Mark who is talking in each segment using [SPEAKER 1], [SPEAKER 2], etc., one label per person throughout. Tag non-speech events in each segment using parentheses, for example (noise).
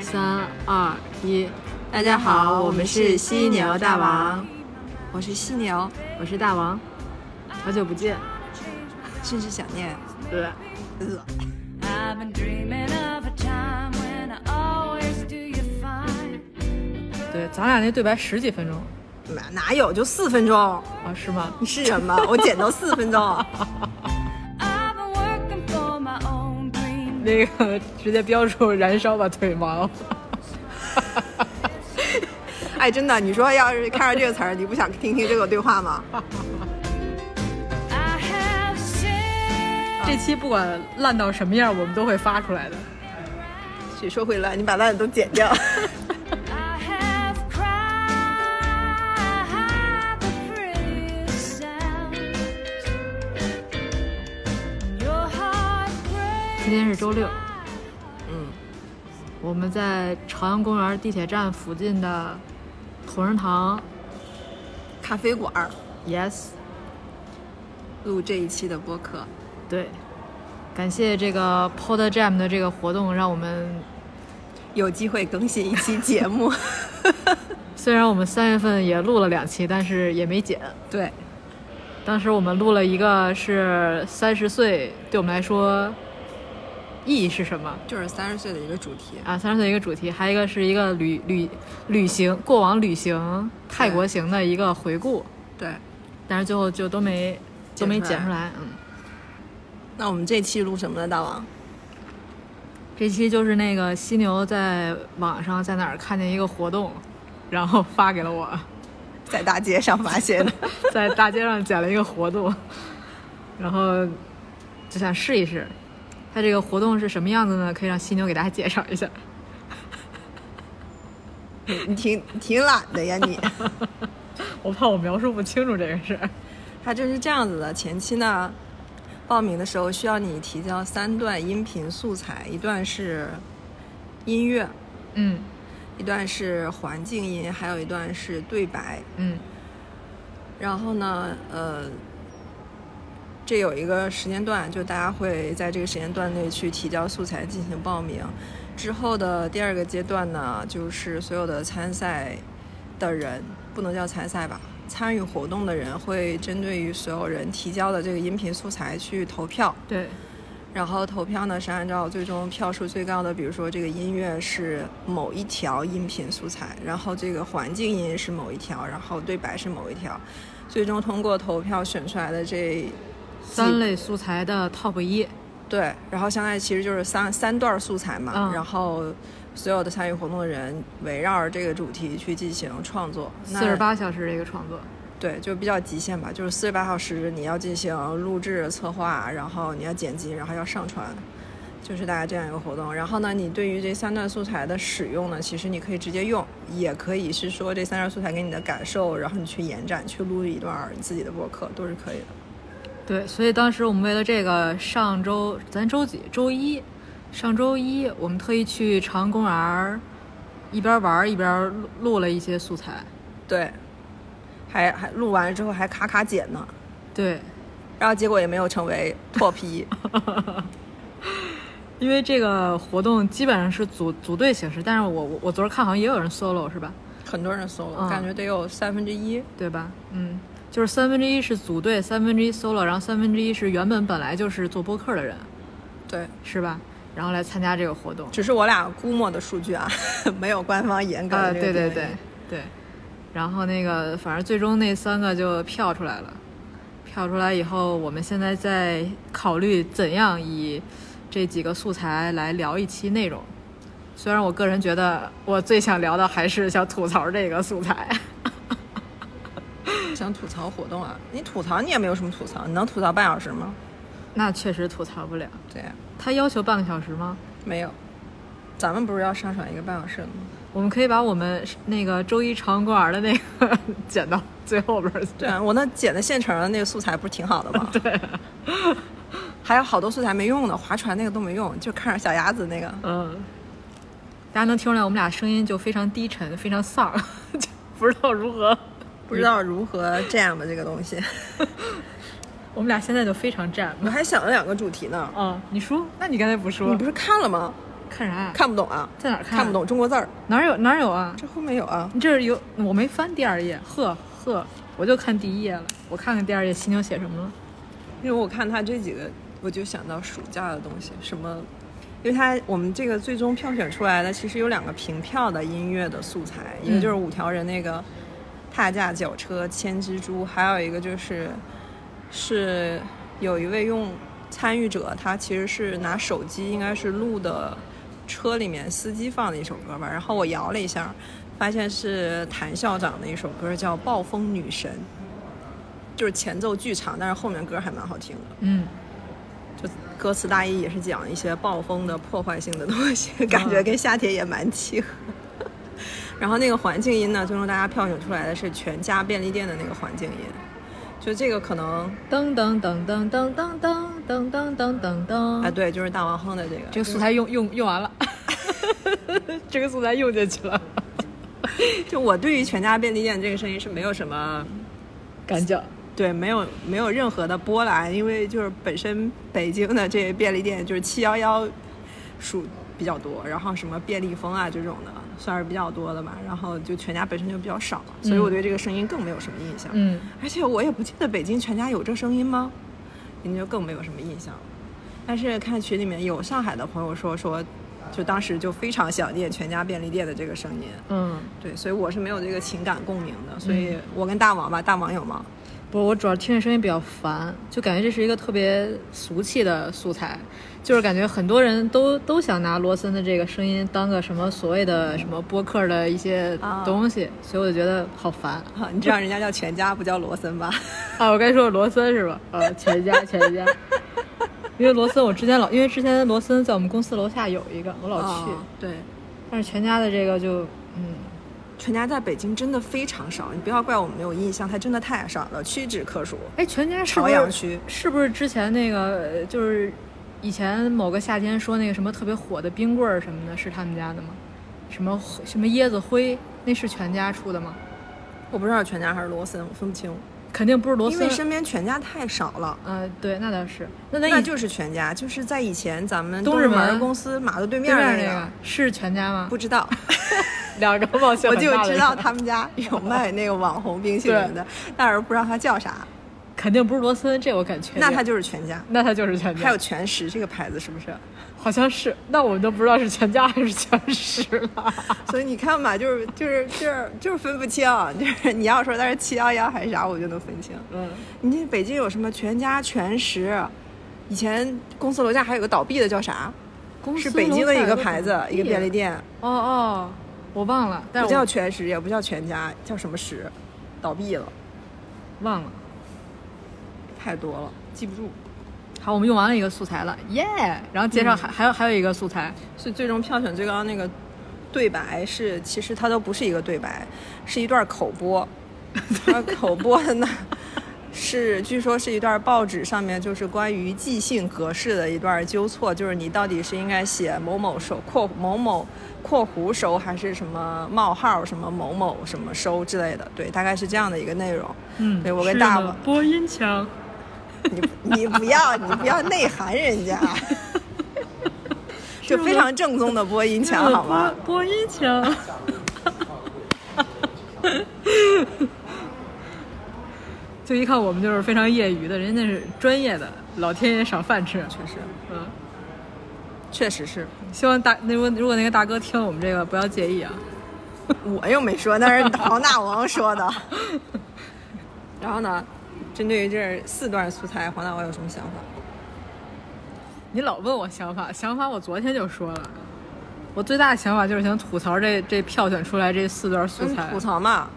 [SPEAKER 1] 三二一，
[SPEAKER 2] 大家好，我们是犀牛大王，
[SPEAKER 1] 我是犀牛，我是大王，好久不见，
[SPEAKER 2] 甚是想念。
[SPEAKER 1] 对，
[SPEAKER 2] 呃
[SPEAKER 3] I've been dreaming of a time when I always do you fine.
[SPEAKER 4] 对，咱俩那对白十几分钟
[SPEAKER 2] 哪哪有就四分钟？ (laughs)
[SPEAKER 4] 啊，是
[SPEAKER 1] (laughs)
[SPEAKER 4] 吗？
[SPEAKER 2] 你是人吗？我剪到四分 (laughs) 钟，
[SPEAKER 3] I've been working for my own dream.
[SPEAKER 4] 那个直接标注燃烧吧，腿毛。
[SPEAKER 2] 哎，真的，你说要是看上这个词儿，你不想听听这个对话 (laughs) 吗？
[SPEAKER 3] I have said
[SPEAKER 4] 这期不管烂到什么样，我们都会发出来的。
[SPEAKER 2] 谁说会烂？你把烂的都剪掉。
[SPEAKER 3] I have cried the prettiest sound. Your heart breaks.
[SPEAKER 1] 今天是周六，
[SPEAKER 2] 嗯，
[SPEAKER 1] 我们在朝阳公园地铁站附近的同仁堂
[SPEAKER 2] (laughs) 咖啡馆儿
[SPEAKER 1] ，yes，
[SPEAKER 2] 录这一期的播客，
[SPEAKER 1] 对，感谢这个 Pod Jam 的这个活动，让我们
[SPEAKER 2] 有机会更新一期节目。
[SPEAKER 1] 虽然我们三月份也录了两期，但是也没剪。
[SPEAKER 2] (laughs) 对，
[SPEAKER 1] 当时我们录了一个是三十岁，对我们来说意义是什么
[SPEAKER 2] 就是三十岁的一个主题。
[SPEAKER 1] 啊？三十岁一个主题，还有一个是一个旅旅旅行过往旅行泰国行的一个回顾，
[SPEAKER 2] 对，
[SPEAKER 1] 但是最后就都没都没
[SPEAKER 2] 剪
[SPEAKER 1] 剪
[SPEAKER 2] 出
[SPEAKER 1] 出
[SPEAKER 2] 来
[SPEAKER 1] 来。嗯，
[SPEAKER 2] 那我们这期录什么呢，大王？
[SPEAKER 1] 这期就是那个犀牛在网上在哪儿看见一个活动，然后发给了我，
[SPEAKER 2] 在大街上发现的。
[SPEAKER 1] (laughs) 在大街上捡了一个活动，然后就想试一试。它这个活动是什么样子呢？可以让犀牛给大家介绍一下。
[SPEAKER 2] (laughs) 你挺挺懒的呀，你。
[SPEAKER 1] 我怕我描述不清楚这个事儿。
[SPEAKER 2] 它就是这样子的，前期呢，报名的时候需要你提交三段音频素材，一段是音乐，
[SPEAKER 1] 嗯
[SPEAKER 2] 一段是环境音，还有一段是对白。
[SPEAKER 1] 嗯
[SPEAKER 2] 然后呢，呃，这有一个时间段，就大家会在这个时间段内去提交素材进行报名。之后的第二个阶段呢，就是所有的参赛的人，不能叫参赛吧，参与活动的人会针对于所有人提交的这个音频素材去投票。
[SPEAKER 1] 对，
[SPEAKER 2] 然后投票呢是按照最终票数最高的，比如说这个音乐是某一条音频素材，然后这个环境音是某一条，然后对白是某一条，最终通过投票选出来的这
[SPEAKER 1] 三类素材的 top 一，
[SPEAKER 2] 对，然后相当于其实就是三三段素材嘛，
[SPEAKER 1] 嗯
[SPEAKER 2] 然后所有的参与活动的人围绕着这个主题去进行创作，那
[SPEAKER 1] 四十八小时这个创作。
[SPEAKER 2] 对，就比较极限吧，就是四十八小时你要进行录制、策划，然后你要剪辑，然后要上传，就是大概这样一个活动。然后呢，你对于这三段素材的使用呢，其实你可以直接用，也可以是说这三段素材给你的感受，然后你去延展，去录一段你自己的播客都是可以的。
[SPEAKER 1] 对，所以当时我们为了这个，上周咱周几？周一，上周一我们特意去朝阳公园儿，一边玩儿一边录录了一些素材。
[SPEAKER 2] 对，还还录完之后还咔咔剪呢，
[SPEAKER 1] 对，
[SPEAKER 2] 然后结果也没有成为 top 一。
[SPEAKER 1] 因为这个活动基本上是组组队形式，但是我我我昨儿看好像也有人 solo 是吧？
[SPEAKER 2] 很多人搜了，
[SPEAKER 1] 嗯
[SPEAKER 2] 感觉得有三分之一。
[SPEAKER 1] 对吧？嗯，就是三分之一是组队，三分之一 solo，然后三分之一是原本本来就是做播客的人，
[SPEAKER 2] 对，
[SPEAKER 1] 是吧？然后来参加这个活动。
[SPEAKER 2] 只是我俩估摸的数据啊， (laughs) 没有官方严格
[SPEAKER 1] 啊，
[SPEAKER 2] 的这个
[SPEAKER 1] 对对
[SPEAKER 2] 定义
[SPEAKER 1] 对对。然后那个，反正最终那三个就票出来了。票出来以后，我们现在在考虑怎样以这几个素材来聊一期内容。虽然我个人觉得，我最想聊的还是想吐槽这个素材。
[SPEAKER 2] 想吐槽活动啊？你吐槽你也没有什么吐槽，你能吐槽半小时吗？
[SPEAKER 1] 那确实吐槽不了。
[SPEAKER 2] 对呀，
[SPEAKER 1] 他要求半个小时吗？
[SPEAKER 2] 没有。咱们不是要上传一个半小时的吗？
[SPEAKER 1] 我们可以把我们那个周一朝阳公园的那个 (laughs) 剪到最后边儿去。 (laughs)
[SPEAKER 2] 对啊，我那剪的现成的那个素材不是挺好的吗？对。 (laughs) 还有好多素材没用的，划船那个都没用，就看着小鸭子那个。
[SPEAKER 1] 嗯，大家能听出来，我们俩声音就非常低沉，非常丧， (laughs) 就不知道如何。
[SPEAKER 2] 不知道如何 jam 这个
[SPEAKER 1] (laughs)
[SPEAKER 2] 东西。
[SPEAKER 1] 我们俩现在就非常站。
[SPEAKER 2] 我还想了两个主题呢，
[SPEAKER 1] 嗯，你说？那你刚才不
[SPEAKER 2] 你
[SPEAKER 1] 说
[SPEAKER 2] 不？是看了吗？
[SPEAKER 1] 看啥？
[SPEAKER 2] 看不懂啊，
[SPEAKER 1] 在哪儿看？
[SPEAKER 2] 看不。懂中国字儿，
[SPEAKER 1] 哪有哪有啊？
[SPEAKER 2] 这后面有啊。
[SPEAKER 1] 你这是有我没翻第二页，呵呵，我就看第一页了。我看看第二页犀牛写什么了。
[SPEAKER 2] 因为我看他这几个，我就想到暑假的东西，什么，因为他我们这个最终票选出来的其实有两个平票的音乐的素材，一个就是五条人那个踏架脚车牵蜘蛛，还有一个就是是有一位用参与者，他其实是拿手机应该是录的车里面司机放的一首歌吧，然后我摇了一下，发现是谭校长的一首歌叫《暴风女神》。就是前奏巨长，但是后面歌还蛮好听的。
[SPEAKER 1] 嗯，
[SPEAKER 2] 就歌词大意也是讲一些暴风的破坏性的东西，感觉跟夏天也蛮契合。然后那个环境音呢，最终大家票选出来的是全家便利店的那个环境音，就这个可能
[SPEAKER 1] 噔噔噔噔噔噔噔噔噔噔噔
[SPEAKER 2] 哎，
[SPEAKER 1] 噔。
[SPEAKER 2] 对，就是大王哼的这个，
[SPEAKER 1] 这个素材用用用完了， (laughs) 这个素材用进去了，
[SPEAKER 2] 就我对于全家便利店这个声音是没有什么
[SPEAKER 1] 感觉。
[SPEAKER 2] 对，没有没有任何的波澜，因为就是本身北京的这些便利店就是七幺幺数比较多，然后什么便利蜂啊这种的算是比较多的吧，然后就全家本身就比较少，所以我对这个声音更没有什么印象。
[SPEAKER 1] 嗯，
[SPEAKER 2] 而且我也不记得北京全家有这声音吗？您就更没有什么印象了。但是看群里面有上海的朋友说说，就当时就非常想念全家便利店的这个声音。
[SPEAKER 1] 嗯，
[SPEAKER 2] 对，所以我是没有这个情感共鸣的，所以我跟大王吧，大王有吗？
[SPEAKER 1] 不是，我主要听这声音比较烦，就感觉这是一个特别俗气的素材，就是感觉很多人都都想拿罗森的这个声音当个什么所谓的什么播客的一些
[SPEAKER 2] 啊
[SPEAKER 1] 东西，所以我就觉得好烦
[SPEAKER 2] (laughs) 好，啊你知道人家叫全家，不叫罗森吧？
[SPEAKER 1] 啊！我该说罗森是吧？呃，全家全家，因为罗森我之前老，因为之前罗森在我们公司楼下有一个，我老去，
[SPEAKER 2] 哦对，
[SPEAKER 1] 但是全家的这个就嗯，
[SPEAKER 2] 全家在北京真的非常少，你不要怪我们没有印象，它真的太少了，屈指可数。
[SPEAKER 1] 哎，全家是不
[SPEAKER 2] 朝
[SPEAKER 1] 是
[SPEAKER 2] 阳区
[SPEAKER 1] 是不是之前那个呃就是以前某个夏天说那个什么特别火的冰棍儿什么的，是他们家的吗？什么什么椰子灰，那是全家出的吗？
[SPEAKER 2] 我不知道全家还是罗森，我分不清，
[SPEAKER 1] 肯定不是罗
[SPEAKER 2] 因
[SPEAKER 1] 森
[SPEAKER 2] 为。身边全家太少了。
[SPEAKER 1] 呃，对，那倒是。那咱
[SPEAKER 2] 那
[SPEAKER 1] 以
[SPEAKER 2] 就是全家，就是在以前咱们
[SPEAKER 1] 东
[SPEAKER 2] 东
[SPEAKER 1] 直
[SPEAKER 2] 直门
[SPEAKER 1] 门
[SPEAKER 2] 公司马路
[SPEAKER 1] 对
[SPEAKER 2] 对面
[SPEAKER 1] 面
[SPEAKER 2] 那
[SPEAKER 1] 那
[SPEAKER 2] 个，
[SPEAKER 1] 个是全家吗？
[SPEAKER 2] 不知道，
[SPEAKER 1] 两个冒险
[SPEAKER 2] 我
[SPEAKER 1] 很
[SPEAKER 2] (laughs) 就
[SPEAKER 1] 大的
[SPEAKER 2] 知道
[SPEAKER 1] 人
[SPEAKER 2] 他们 (laughs) 家有卖那个网红冰淇淋的，但是不知道它叫啥，
[SPEAKER 1] 肯定不是罗森，这我敢确定。
[SPEAKER 2] 那它就是全家。
[SPEAKER 1] 那他就是全家，
[SPEAKER 2] 还有全食这个牌子是不是？
[SPEAKER 1] 好像是，那我们都不知道是全家还是全食了。
[SPEAKER 2] 所以你看嘛，就是就是就是就是分不清，啊就是你要说它是七幺幺还是啥，我就能分清。
[SPEAKER 1] 嗯，
[SPEAKER 2] 你这北京有什么全家、全食？以前公司楼下还有个倒闭的叫啥？
[SPEAKER 1] 公司
[SPEAKER 2] 是北京的一个牌
[SPEAKER 1] 楼
[SPEAKER 2] 子
[SPEAKER 1] 下，有
[SPEAKER 2] 一个便利。店，
[SPEAKER 1] 哦哦，我忘了，但
[SPEAKER 2] 不
[SPEAKER 1] 是
[SPEAKER 2] 叫
[SPEAKER 1] 我
[SPEAKER 2] 全食，也不叫全家，叫什么食？倒闭了，
[SPEAKER 1] 忘了。
[SPEAKER 2] 太多了，记不住。
[SPEAKER 1] 好，我们用完了一个素材了，耶、然后接上还、还有还有一个素材，
[SPEAKER 2] 所以最终票选最高那个对白是，其实它都不是一个对白，是一段口播。而口播的呢，是据说是一段报纸上面就是关于即兴格式的一段纠错，就是你到底是应该写某某收括某某括弧收还是什么冒号什么某某什么收之类的，对，大概是这样的一个内容。
[SPEAKER 1] 嗯
[SPEAKER 2] 对我跟大
[SPEAKER 1] 是的
[SPEAKER 2] 王，
[SPEAKER 1] 播音腔，
[SPEAKER 2] 你你不要你不要内涵人家，啊
[SPEAKER 1] (laughs)
[SPEAKER 2] 就非常正宗的播音
[SPEAKER 1] 是
[SPEAKER 2] 腔
[SPEAKER 1] 的
[SPEAKER 2] 好吗？
[SPEAKER 1] 播播音腔， (laughs) 就一看我们就是非常业余的，人家是专业的，老天爷赏饭吃，
[SPEAKER 2] 确实，
[SPEAKER 1] 嗯，
[SPEAKER 2] 确实是。
[SPEAKER 1] 希望大那如果如果那个大哥听我们这个不要介意啊，
[SPEAKER 2] 我又没说，那是黄大王说
[SPEAKER 1] (laughs)
[SPEAKER 2] 的。然后呢，针对于这四段素材，黄大王有什么想
[SPEAKER 1] 嗯
[SPEAKER 2] 法？
[SPEAKER 1] 你老问我想法，想法我昨天就说了。我最大的想法就是想吐槽这这票选出来这四段素材，
[SPEAKER 2] 吐槽嘛，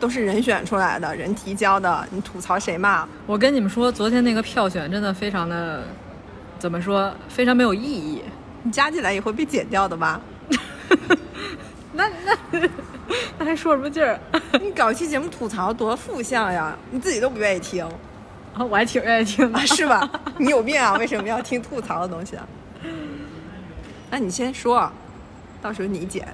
[SPEAKER 2] 都是人选出来的，人提交的，你吐槽谁嘛？
[SPEAKER 1] 我跟你们说，昨天那个票选真的非常的，怎么说，非常没有意义。 (laughs)
[SPEAKER 2] 你加起来也会被剪掉的吧？
[SPEAKER 1] 那那那还说什么劲儿？
[SPEAKER 2] 你搞一期节目吐槽多负向呀，你自己都不愿意听
[SPEAKER 1] 啊我还挺愿意听的
[SPEAKER 2] (laughs) 啊，。是吧？你有病啊？为什么要听吐槽的东西啊？ (laughs) 那你先说，到时候你剪。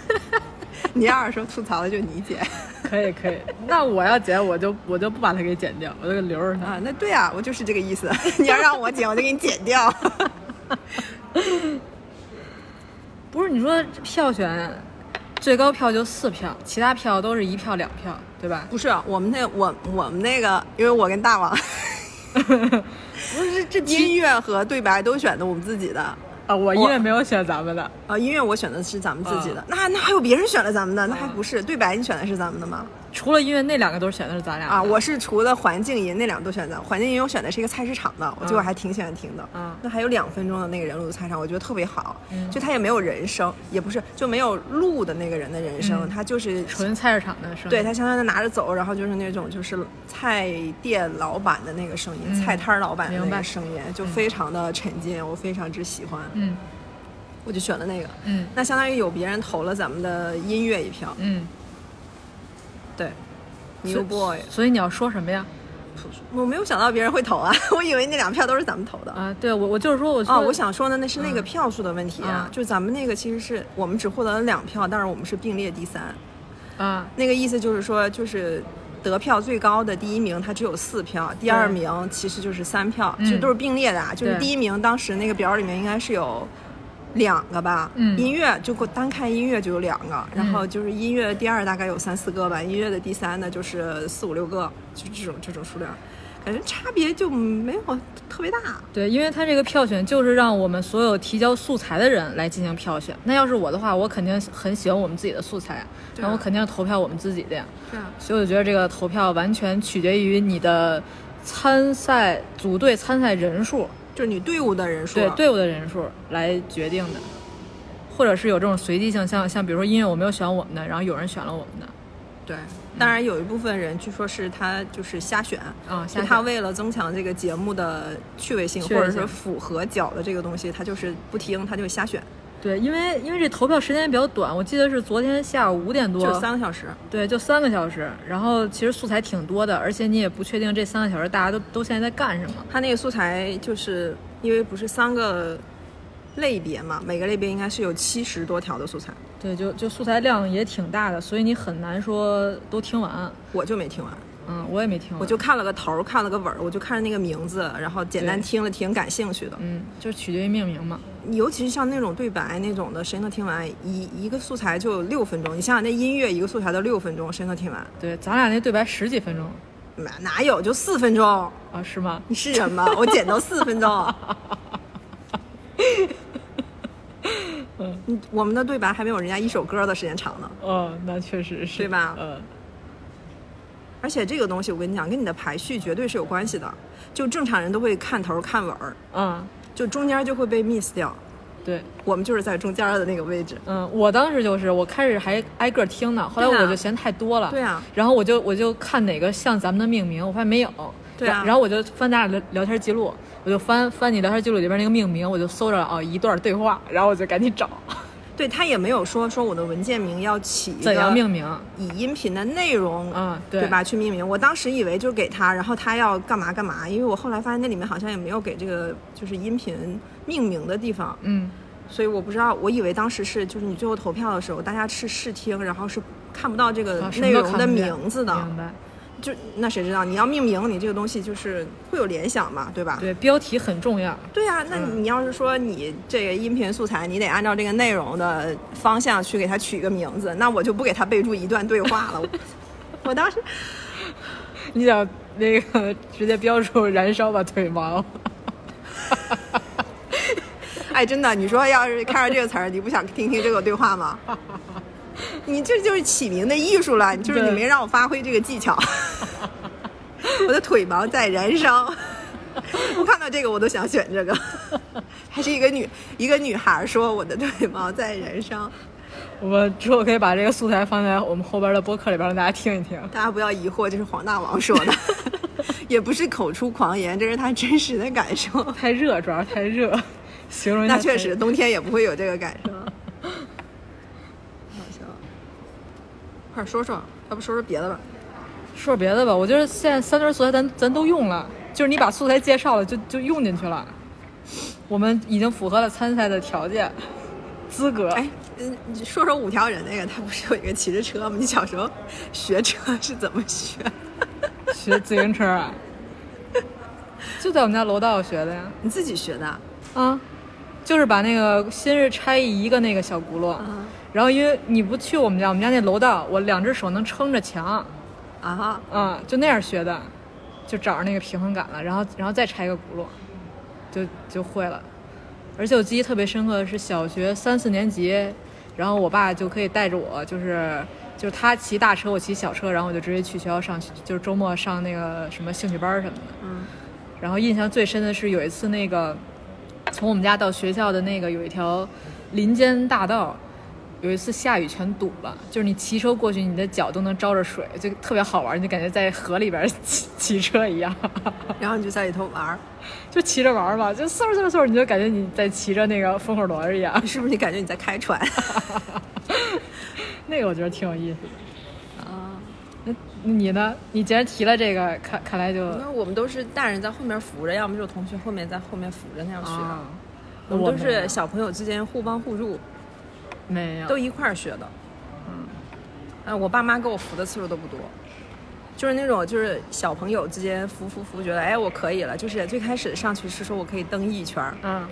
[SPEAKER 2] (laughs) 你要是说吐槽的就你剪。
[SPEAKER 1] 可以可以，那我要剪，我就我就不把它给剪掉，我就给留着它。
[SPEAKER 2] (laughs) 啊，那对啊， (laughs) 我就是这个意思。你要让我剪，我就给你剪掉。
[SPEAKER 1] 你说票选最高票就四票，其他票都是一票两票，对吧？
[SPEAKER 2] 不是我们那我我们那个，因为我跟大王
[SPEAKER 1] 不是这
[SPEAKER 2] 音乐和对白都选的我们自己的。
[SPEAKER 1] 啊，我音乐没有选咱们的，
[SPEAKER 2] 啊，音乐我选的是咱们自己的，那那还有别人选了咱们的，那还不是对白？你选的是咱们的吗？
[SPEAKER 1] 除了音乐那两个都是选的是咱俩的
[SPEAKER 2] 啊，我是除了环境音那两个都选咱，环境音我选的是一个菜市场的，我觉得我还挺喜欢听的。
[SPEAKER 1] 嗯
[SPEAKER 2] 那还有两分钟的那个人录的菜市场，我觉得特别好，就他也没有人声，也不是就没有录的那个人的人声，他就是
[SPEAKER 1] 嗯纯菜市场的声音。
[SPEAKER 2] 对他相当于拿着走，然后就是那种就是菜店老板的那个声音，菜摊儿老板的
[SPEAKER 1] 嗯明
[SPEAKER 2] 那
[SPEAKER 1] 白
[SPEAKER 2] 个声音，就非常的沉浸，我非常之喜欢，
[SPEAKER 1] 嗯
[SPEAKER 2] 我就选了那个。
[SPEAKER 1] 嗯
[SPEAKER 2] 那相当于有别人投了咱们的音乐一票，
[SPEAKER 1] 嗯
[SPEAKER 2] 对，New Boy，
[SPEAKER 1] 所以你要说什么呀？
[SPEAKER 2] 我没有想到别人会投啊， (laughs) 我以为那两票都是咱们投的。
[SPEAKER 1] 啊，对我我就是说，我说
[SPEAKER 2] 哦，我想说的那是那个票数的问题啊，
[SPEAKER 1] 嗯
[SPEAKER 2] 就咱们那个其实是我们只获得了两票，但是我们是并列第三。
[SPEAKER 1] 啊，
[SPEAKER 2] 那个意思就是说，就是得票最高的第一名他只有四票，第二名其实就是三票，
[SPEAKER 1] 嗯
[SPEAKER 2] 就都是并列的啊。就是
[SPEAKER 1] 对
[SPEAKER 2] 第一名当时那个表里面应该是有两个吧，
[SPEAKER 1] 嗯
[SPEAKER 2] 音乐就过单看音乐就有两个，然后就是音乐第二大概有三四个吧，音乐的第三呢就是四五六个，就这种这种数量，感觉差别就没有特别大。啊
[SPEAKER 1] 对，因为他这个票选就是让我们所有提交素材的人来进行票选。那要是我的话，我肯定很喜欢我们自己的素材啊，
[SPEAKER 2] 对啊
[SPEAKER 1] 那我肯定要投票我们自己的呀。
[SPEAKER 2] 对啊，
[SPEAKER 1] 所以我觉得这个投票完全取决于你的参赛组队参赛人数，
[SPEAKER 2] 就是你队伍的人数，啊
[SPEAKER 1] 对队伍的人数来决定的，或者是有这种随机性，像像比如说音乐我没有选我们的，然后有人选了我们的，
[SPEAKER 2] 对，当然有一部分人据说是他就是瞎选，
[SPEAKER 1] 嗯瞎
[SPEAKER 2] 就
[SPEAKER 1] 选
[SPEAKER 2] 他为了增强这个节目的趣味性，
[SPEAKER 1] 趣味性
[SPEAKER 2] 或者说符合脚的这个东西，他就是不听，他就瞎选，
[SPEAKER 1] 对，因为因为这投票时间也比较短，我记得是昨天下午五点多，
[SPEAKER 2] 就是三个小时。
[SPEAKER 1] 对，就三个小时。然后其实素材挺多的，而且你也不确定这三个小时大家都都现在在干什么。
[SPEAKER 2] 他那个素材就是因为不是三个类别嘛，每个类别应该是有七十多条的素材，
[SPEAKER 1] 对，就就素材量也挺大的，所以你很难说都听完。
[SPEAKER 2] 我就没听完，
[SPEAKER 1] 嗯，我也没听完，
[SPEAKER 2] 我就看了个头儿，看了个尾儿，我就看着那个名字，然后简单
[SPEAKER 1] 对
[SPEAKER 2] 听了挺感兴趣的。
[SPEAKER 1] 嗯，就取决于命名嘛。
[SPEAKER 2] 尤其是像那种对白那种的，谁能听完一一个素材就有六分钟？你想想那音乐一个素材都六分钟，谁能听完？
[SPEAKER 1] 对，咱俩那对白十几分钟
[SPEAKER 2] 哪哪有就四分钟？
[SPEAKER 1] 啊，是吗？
[SPEAKER 2] 你是
[SPEAKER 1] (laughs)
[SPEAKER 2] 人吗？我剪到四分钟。嗯，我们的对白还没有人家一首歌的时间长呢。
[SPEAKER 1] 哦，那确实是，
[SPEAKER 2] 对吧
[SPEAKER 1] 嗯，
[SPEAKER 2] 而且这个东西，我跟你讲，跟你的排序绝对是有关系的。就正常人都会看头儿看尾儿，
[SPEAKER 1] 啊，
[SPEAKER 2] 就中间就会被 miss 掉。
[SPEAKER 1] 对，
[SPEAKER 2] 我们就是在中间的那个位置。
[SPEAKER 1] 嗯，我当时就是，我开始还挨个听呢，后来
[SPEAKER 2] 对啊
[SPEAKER 1] 我就嫌太多了，
[SPEAKER 2] 对啊
[SPEAKER 1] 然后我就我就看哪个像咱们的命名，我发现没有，
[SPEAKER 2] 对啊
[SPEAKER 1] 然然后我就翻咱俩聊聊天记录，我就翻翻你聊天记录里边那个命名，我就搜着哦一段对话，然后我就赶紧找
[SPEAKER 2] 对他也没有说说我的文件名要起一个
[SPEAKER 1] 怎样命名，
[SPEAKER 2] 以音频的内容，
[SPEAKER 1] 嗯
[SPEAKER 2] 对
[SPEAKER 1] 对
[SPEAKER 2] 吧？去命名。我当时以为就给他，然后他要干嘛干嘛，因为我后来发现那里面好像也没有给这个就是音频命名的地方，
[SPEAKER 1] 嗯，
[SPEAKER 2] 所以我不知道。我以为当时是就是你最后投票的时候，大家是试听，然后是看不到这个
[SPEAKER 1] 啊什么
[SPEAKER 2] 内
[SPEAKER 1] 都
[SPEAKER 2] 容
[SPEAKER 1] 看
[SPEAKER 2] 的
[SPEAKER 1] 不见嗯
[SPEAKER 2] 名字的，
[SPEAKER 1] 明白？
[SPEAKER 2] 就那谁知道你要命名你这个东西就是会有联想嘛，对吧？
[SPEAKER 1] 对，标题很重要，
[SPEAKER 2] 对啊，那你要是说你这个音频素材，你得按照这个内容的方向去给它取一个名字，那我就不给它备注一段对话了。我我当时
[SPEAKER 1] 你想那个直接标注燃烧吧腿毛， (laughs)
[SPEAKER 2] (laughs) 哎，真的，你说要是看上这个词儿，你不想听听这个对话吗？你这就是起名的艺术了，就是你
[SPEAKER 1] 对
[SPEAKER 2] 没让我发挥这个技巧。 (laughs) 我的腿毛在燃烧，我看到这个我都想选这个。 (laughs) 还是一个女一个女孩说我的腿毛在燃烧，
[SPEAKER 1] 我们之后可以把这个素材放在我们后边的播客里边让大家听一听。
[SPEAKER 2] 大家不要疑惑，这是黄大王说的， (laughs) 也不是口出狂言，这是他真实的感受。
[SPEAKER 1] 太热，主要是太热，形容一下
[SPEAKER 2] 那确
[SPEAKER 1] 太
[SPEAKER 2] 实，
[SPEAKER 1] 热
[SPEAKER 2] 冬天也不会有这个感受。 (laughs) 好笑，快点说说，要不说说别的吧？
[SPEAKER 1] 说别的吧，我觉得现在三轮素材咱咱都用了，就是你把素材介绍了就就用进去了，我们已经符合了参赛的条件资格。
[SPEAKER 2] 哎，嗯，你说说五条人那个，他不是有一个骑着车吗？你小时候学车 (laughs) 是怎么学？
[SPEAKER 1] 学自行车
[SPEAKER 2] (laughs)
[SPEAKER 1] 啊，就在我们家楼道学的呀。
[SPEAKER 2] 你自己学的？
[SPEAKER 1] 啊，就是把那个新日拆一个那个小轱辘，
[SPEAKER 2] 啊
[SPEAKER 1] 然后因为你不去我们家，我们家那楼道，我两只手能撑着墙，
[SPEAKER 2] 啊，
[SPEAKER 1] 啊、就那样学的，就找着那个平衡感了，然后然后再拆一个轱辘，就就会了。而且我记忆特别深刻的是小学三四年级，然后我爸就可以带着我，就是就是他骑大车，我骑小车，然后我就直接去学校上，就是周末上那个什么兴趣班儿什么的。
[SPEAKER 2] 嗯。
[SPEAKER 1] 然后印象最深的是有一次那个，从我们家到学校的那个有一条林间大道，有一次下雨全堵了，就是你骑车过去，你的脚都能招着水，就特别好玩，你就感觉在河里边骑 (laughs) 骑车一样，
[SPEAKER 2] 然后你就在里头玩儿，
[SPEAKER 1] 就骑着玩儿吧，就嗖嗖嗖，你就感觉你在骑着那个风火轮一样，
[SPEAKER 2] 是不是？你感觉你在开船？ (laughs)
[SPEAKER 1] 那个我觉得挺有意思的。啊，那你呢？你既然提了这个，看看来就
[SPEAKER 2] 因为我们都是大人在后面扶着，要么就是同学后面在后面扶着那样学。
[SPEAKER 1] 啊，
[SPEAKER 2] 我们都
[SPEAKER 1] 没有
[SPEAKER 2] 是小朋友之间互帮互助，
[SPEAKER 1] 没有
[SPEAKER 2] 都一块儿学的。嗯，我爸妈给我扶的次数都不多，就是那种就是小朋友之间扶扶扶，觉得哎我可以了。就是最开始上去是说我可以蹬一圈儿，
[SPEAKER 1] 嗯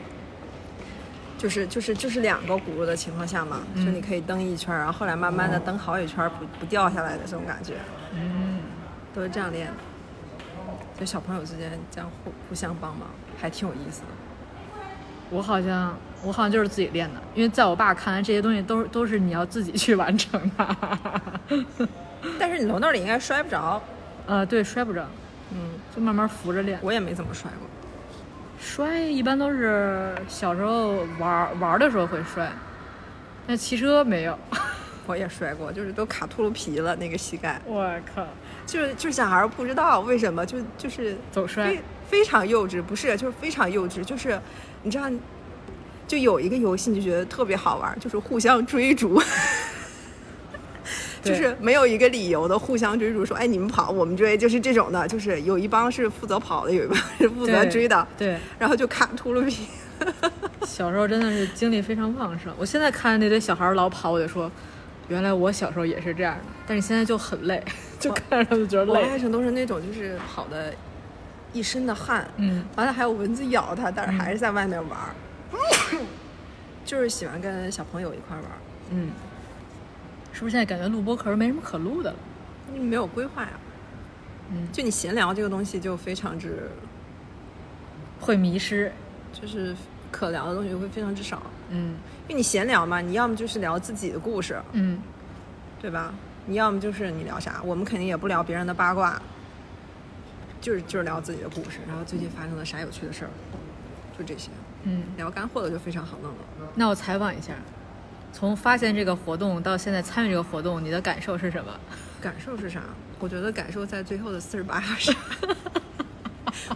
[SPEAKER 2] 就是就是就是两个轱辘的情况下嘛，就你可以蹬一圈儿，然后后来慢慢的蹬好几圈儿不不掉下来的这种感觉，
[SPEAKER 1] 嗯。
[SPEAKER 2] 都是这样练的。就小朋友之间这样互互相帮忙，还挺有意思的。
[SPEAKER 1] 我好像我好像就是自己练的，因为在我爸看来，这些东西都是都是你要自己去完成的。
[SPEAKER 2] 但是你楼那里应该摔不着，
[SPEAKER 1] 呃，对，摔不着，
[SPEAKER 2] 嗯，
[SPEAKER 1] 就慢慢扶着练。
[SPEAKER 2] 我也没怎么摔过。
[SPEAKER 1] 摔一般都是小时候玩儿玩儿的时候会摔，但骑车没有。 (laughs)
[SPEAKER 2] 我也摔过，就是都卡秃噜皮了那个膝盖，
[SPEAKER 1] 我靠，
[SPEAKER 2] 就是就是小孩儿不知道为什么就就是
[SPEAKER 1] 总摔
[SPEAKER 2] 非。非常幼稚，不是就是非常幼稚，就是你知道，就有一个游戏你就觉得特别好玩儿，就是互相追逐， (laughs)
[SPEAKER 1] 对
[SPEAKER 2] 就是没有一个理由的互相追逐，说哎你们跑我们追，就是这种的，就是有一帮是负责跑的，有一帮是负责
[SPEAKER 1] 对
[SPEAKER 2] 追的，
[SPEAKER 1] 对，
[SPEAKER 2] 然后就卡秃噜皮，
[SPEAKER 1] 小时候真的是精力非常旺盛。我现在看那堆小孩儿老跑，我就说，原来我小时候也是这样的，但是现在就很累， (laughs) 就看着他们觉得
[SPEAKER 2] 我爱
[SPEAKER 1] 累。
[SPEAKER 2] 上都是那种就是跑的一身的汗，
[SPEAKER 1] 嗯，
[SPEAKER 2] 完了还有蚊子咬它，但是还是在外面玩儿，就是喜欢跟小朋友一块儿玩儿，
[SPEAKER 1] 嗯，是不是现在感觉录播课没什么可录的了？
[SPEAKER 2] 你没有规划呀。
[SPEAKER 1] 嗯
[SPEAKER 2] 就你闲聊这个东西就非常之，
[SPEAKER 1] 会迷失。
[SPEAKER 2] 就是可聊的东西会非常之少，
[SPEAKER 1] 嗯
[SPEAKER 2] 因为你闲聊嘛，你要么就是聊自己的故事，
[SPEAKER 1] 嗯，
[SPEAKER 2] 对吧？你要么就是你聊啥，我们肯定也不聊别人的八卦，就是就是聊自己的故事，然后最近发生了啥有趣的事儿，就这些，
[SPEAKER 1] 嗯，
[SPEAKER 2] 聊干货的就非常好弄了。
[SPEAKER 1] 那我采访一下，从发现这个活动到现在参与这个活动，你的感受是什么？
[SPEAKER 2] 感受是啥？我觉得感受在最后的四十八小 (laughs) 时，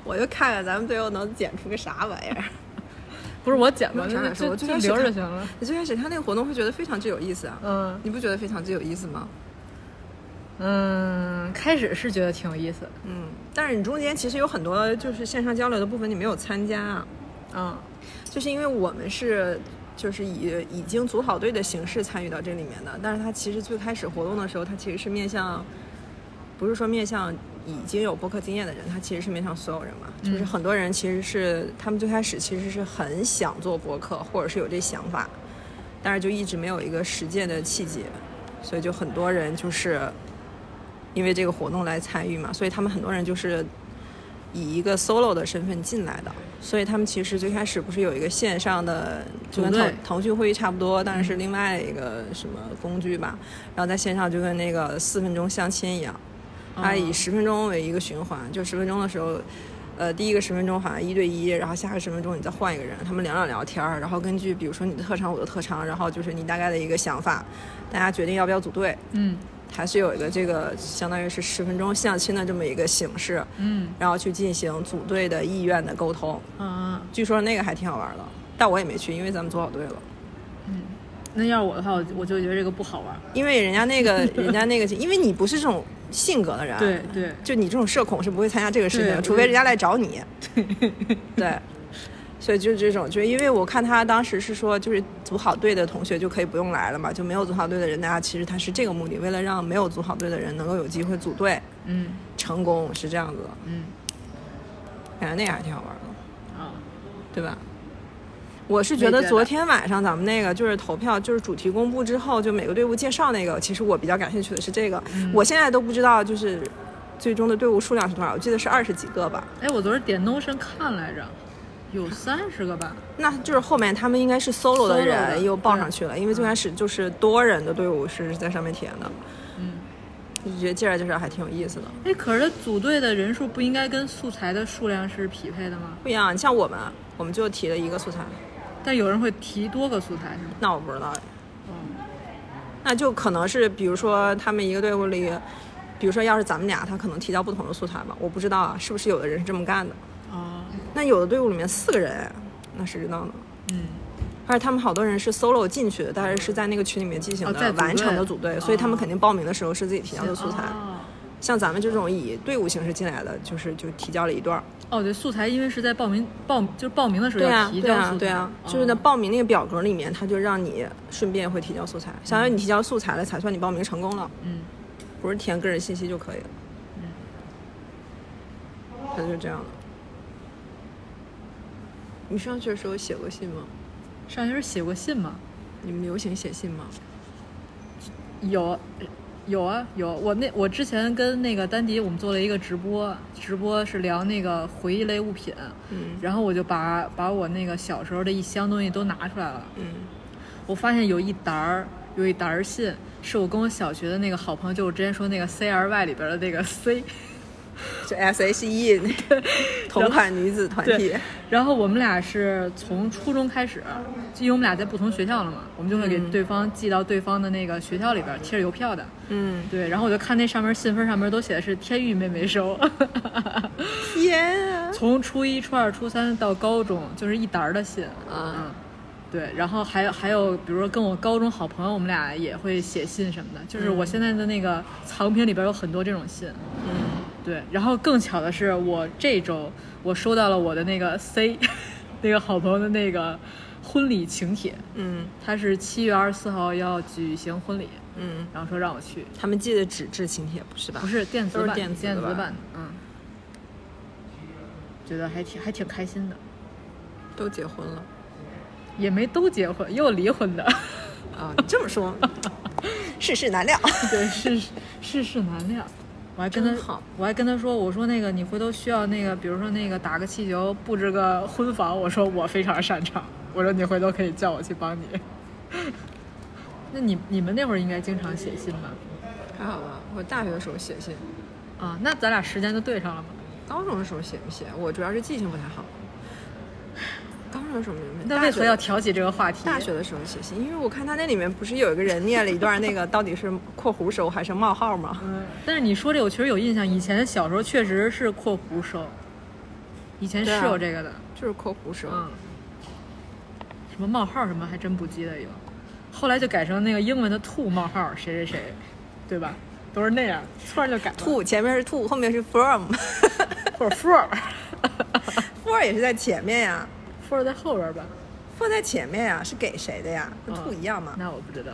[SPEAKER 2] 我就看看咱们最后能剪出个啥玩意儿。
[SPEAKER 1] 不是我剪吧，
[SPEAKER 2] 没有啥
[SPEAKER 1] 就
[SPEAKER 2] 感受
[SPEAKER 1] 就
[SPEAKER 2] 我最
[SPEAKER 1] 就
[SPEAKER 2] 开始
[SPEAKER 1] 留着
[SPEAKER 2] 看
[SPEAKER 1] 行了。
[SPEAKER 2] 你最开始看那个活动会觉得非常之有意思啊，
[SPEAKER 1] 嗯
[SPEAKER 2] 你不觉得非常之有意思吗？
[SPEAKER 1] 嗯，开始是觉得挺有意思，
[SPEAKER 2] 嗯，但是你中间其实有很多就是线上交流的部分你没有参加啊，
[SPEAKER 1] 嗯
[SPEAKER 2] 就是因为我们是就是以已经组好队的形式参与到这里面的，但是它其实最开始活动的时候，它其实是面向，不是说面向已经有播客经验的人，它其实是面向所有人嘛，
[SPEAKER 1] 嗯
[SPEAKER 2] 就是很多人其实是他们最开始其实是很想做播客，或者是有这想法，但是就一直没有一个实践的契机，所以就很多人就是因为这个活动来参与嘛，所以他们很多人就是以一个 solo 的身份进来的，所以他们其实最开始不是有一个线上的，就跟
[SPEAKER 1] 组
[SPEAKER 2] 腾
[SPEAKER 1] 队嗯
[SPEAKER 2] 腾讯会议差不多，但是是另外一个什么工具吧，然后在线上就跟那个四分钟相亲一样，它以十分钟为一个循环，就十分钟的时候。呃，第一个十分钟好像一对一，然后下个十分钟你再换一个人，他们聊聊聊天儿，然后根据比如说你的特长我的特长，然后就是你大概的一个想法，大家决定要不要组队，
[SPEAKER 1] 嗯
[SPEAKER 2] 还是有一个这个相当于是十分钟相亲的这么一个形式，
[SPEAKER 1] 嗯
[SPEAKER 2] 然后去进行组队的意愿的沟通。
[SPEAKER 1] 嗯，
[SPEAKER 2] 据说那个还挺好玩的，但我也没去，因为咱们组好队了。
[SPEAKER 1] 那要是我的话，我就我就觉得这个不好玩。
[SPEAKER 2] 因为人家那个人家那个，因为你不是这种性格的人，啊
[SPEAKER 1] 对对
[SPEAKER 2] 就你这种社恐是不会参加这个事情
[SPEAKER 1] 对
[SPEAKER 2] 的，除非人家来找
[SPEAKER 1] (laughs)
[SPEAKER 2] 你。对，所以就是这种，就因为我看他当时是说，就是组好队的同学就可以不用来了嘛，就没有组好队的人，大家其实他是这个目的，为了让没有组好队的人能够有机会组队
[SPEAKER 1] 嗯
[SPEAKER 2] 成功，是这样子的。
[SPEAKER 1] 嗯
[SPEAKER 2] 感觉那个还挺好玩的，
[SPEAKER 1] 啊，
[SPEAKER 2] 对吧？我是觉
[SPEAKER 1] 没
[SPEAKER 2] 得
[SPEAKER 1] 觉
[SPEAKER 2] 昨
[SPEAKER 1] 得
[SPEAKER 2] 天晚上咱们那个就是投票，就是主题公布之后，就每个队伍介绍那个，其实我比较感兴趣的是这个。
[SPEAKER 1] 嗯
[SPEAKER 2] 我现在都不知道就是最终的队伍数量是多少，我记得是二十几个吧。
[SPEAKER 1] 哎，我昨儿点 Notion 看来着，有三十个吧？
[SPEAKER 2] 那就是后面他们应该是 solo 的
[SPEAKER 1] solo 的
[SPEAKER 2] 人又报
[SPEAKER 1] 对
[SPEAKER 2] 上去了，因为最开始就是多人的队伍是在上面填的。
[SPEAKER 1] 嗯，
[SPEAKER 2] 就觉得介绍介绍还挺有意思的。
[SPEAKER 1] 哎，可是组队的人数不应该跟素材的数量是匹配的吗？
[SPEAKER 2] 不一样，像我们，啊我们就提了一个素材，
[SPEAKER 1] 但有人会提多个素材是吗？
[SPEAKER 2] 那我不知道哎。那就可能是，比如说他们一个队伍里，比如说要是咱们俩，他可能提到不同的素材吧，我不知道啊，是不是有的人是这么干的？
[SPEAKER 1] 哦，
[SPEAKER 2] 那有的队伍里面四个人，那谁知道呢？
[SPEAKER 1] 嗯，
[SPEAKER 2] 而且他们好多人是 solo 进去的，但是是在那个群里面进行
[SPEAKER 1] 哦在
[SPEAKER 2] 的
[SPEAKER 1] 组队
[SPEAKER 2] 完成的组队，所以他们肯定报名的时候是自己提交的素材。
[SPEAKER 1] 哦
[SPEAKER 2] 像咱们这种以队伍形式进来的，就是就提交了一段儿。
[SPEAKER 1] 哦，对，素材因为是在报名报就是报名的时候
[SPEAKER 2] 对
[SPEAKER 1] 要
[SPEAKER 2] 啊，
[SPEAKER 1] 提
[SPEAKER 2] 对
[SPEAKER 1] 交素
[SPEAKER 2] 啊
[SPEAKER 1] 材，，
[SPEAKER 2] 对啊，就是在
[SPEAKER 1] 哦
[SPEAKER 2] 报名那个表格里面，他就让你顺便会提交素材，相当于你提交素材了，才算你报名成功了，
[SPEAKER 1] 嗯，
[SPEAKER 2] 不是填个人信息就可以了。他就这样的。你上学的时候写过信吗？
[SPEAKER 1] 上学时候写过信吗？
[SPEAKER 2] 你们流行写信吗？
[SPEAKER 1] 有，有啊，有。我那我之前跟那个丹迪，我们做了一个直播，直播是聊那个回忆类物品，
[SPEAKER 2] 嗯
[SPEAKER 1] 然后我就把把我那个小时候的一箱东西都拿出来了。
[SPEAKER 2] 嗯，
[SPEAKER 1] 我发现有一沓儿，有一沓儿信，是我跟我小学的那个好朋友，就我之前说那个 C R Y 里边的那个 C，
[SPEAKER 2] 就 S.H.E 那个同款女子团体
[SPEAKER 1] 对，然后我们俩是从初中开始，因为我们俩在不同学校了嘛，我们就会给对方寄到对方的那个学校里边贴着邮票的。
[SPEAKER 2] 嗯，
[SPEAKER 1] 对，然后我就看那上面信封上面都写的是天玉妹妹收， (laughs)
[SPEAKER 2] 天啊！ (laughs)
[SPEAKER 1] 从初一、初二、初三到高中就是一沓儿的信。
[SPEAKER 2] 啊
[SPEAKER 1] 嗯，对，然后还有还有，比如说跟我高中好朋友，我们俩也会写信什么的。就是我现在的那个藏品里边有很多这种信。
[SPEAKER 2] 嗯，
[SPEAKER 1] 对，然后更巧的是，我这周我收到了我的那个 C，那 (laughs) 个好朋友的那个婚礼请帖，
[SPEAKER 2] 嗯
[SPEAKER 1] 他是七月二十四号要举行婚礼，
[SPEAKER 2] 嗯，
[SPEAKER 1] 然后说让我去，
[SPEAKER 2] 他们寄的纸质请帖不是吧？
[SPEAKER 1] 不是电子
[SPEAKER 2] 都
[SPEAKER 1] 版
[SPEAKER 2] 是
[SPEAKER 1] 的，
[SPEAKER 2] 电子
[SPEAKER 1] 电
[SPEAKER 2] 的
[SPEAKER 1] 子
[SPEAKER 2] 吧
[SPEAKER 1] 版的，嗯，觉得还挺还挺开心的，
[SPEAKER 2] 都结婚了。
[SPEAKER 1] 也没都结婚，也有离婚
[SPEAKER 2] (laughs)
[SPEAKER 1] 的，
[SPEAKER 2] 啊，你这么说，
[SPEAKER 1] (laughs)
[SPEAKER 2] 世事难料。
[SPEAKER 1] 对，世事世事难料。我还跟
[SPEAKER 2] 真
[SPEAKER 1] 他
[SPEAKER 2] 好，
[SPEAKER 1] 我还跟他说，我说那个你回头需要那个，比如说那个打个气球，布置个婚房，我说我非常擅长，我说你回头可以叫我去帮你。 (laughs) 那你你们那会儿应该经常写信吧？
[SPEAKER 2] 还好吧，我大学的时候写信，
[SPEAKER 1] 啊，那咱俩时间就对上了嘛。
[SPEAKER 2] 高中的时候写不写？我主要是记性不太好。高中的时候没没，
[SPEAKER 1] 那
[SPEAKER 2] 大
[SPEAKER 1] 为
[SPEAKER 2] 学
[SPEAKER 1] 何要挑起这个话题？
[SPEAKER 2] 大学的时候写信？因为我看他那里面不是有一个人念了一段那个到底是括弧收还是冒号吗？
[SPEAKER 1] 嗯，但是你说这个，我确实有印象。以前小时候确实是括弧收，以前是
[SPEAKER 2] 对啊
[SPEAKER 1] 有这个的。
[SPEAKER 2] 就是括弧收。
[SPEAKER 1] 嗯，什么冒号什么还真不记得有，后来就改成那个英文的 to 冒号谁谁谁，对吧？都是那样，突然就改了
[SPEAKER 2] to 前面是 to，后面是 (laughs) from，for
[SPEAKER 1] 或者 (laughs) for
[SPEAKER 2] 也是在前面呀
[SPEAKER 1] for 在后边吧？
[SPEAKER 2] ，for 在前面呀，是给谁的呀？跟
[SPEAKER 1] 嗯
[SPEAKER 2] to 一样嘛，
[SPEAKER 1] 那我不知道。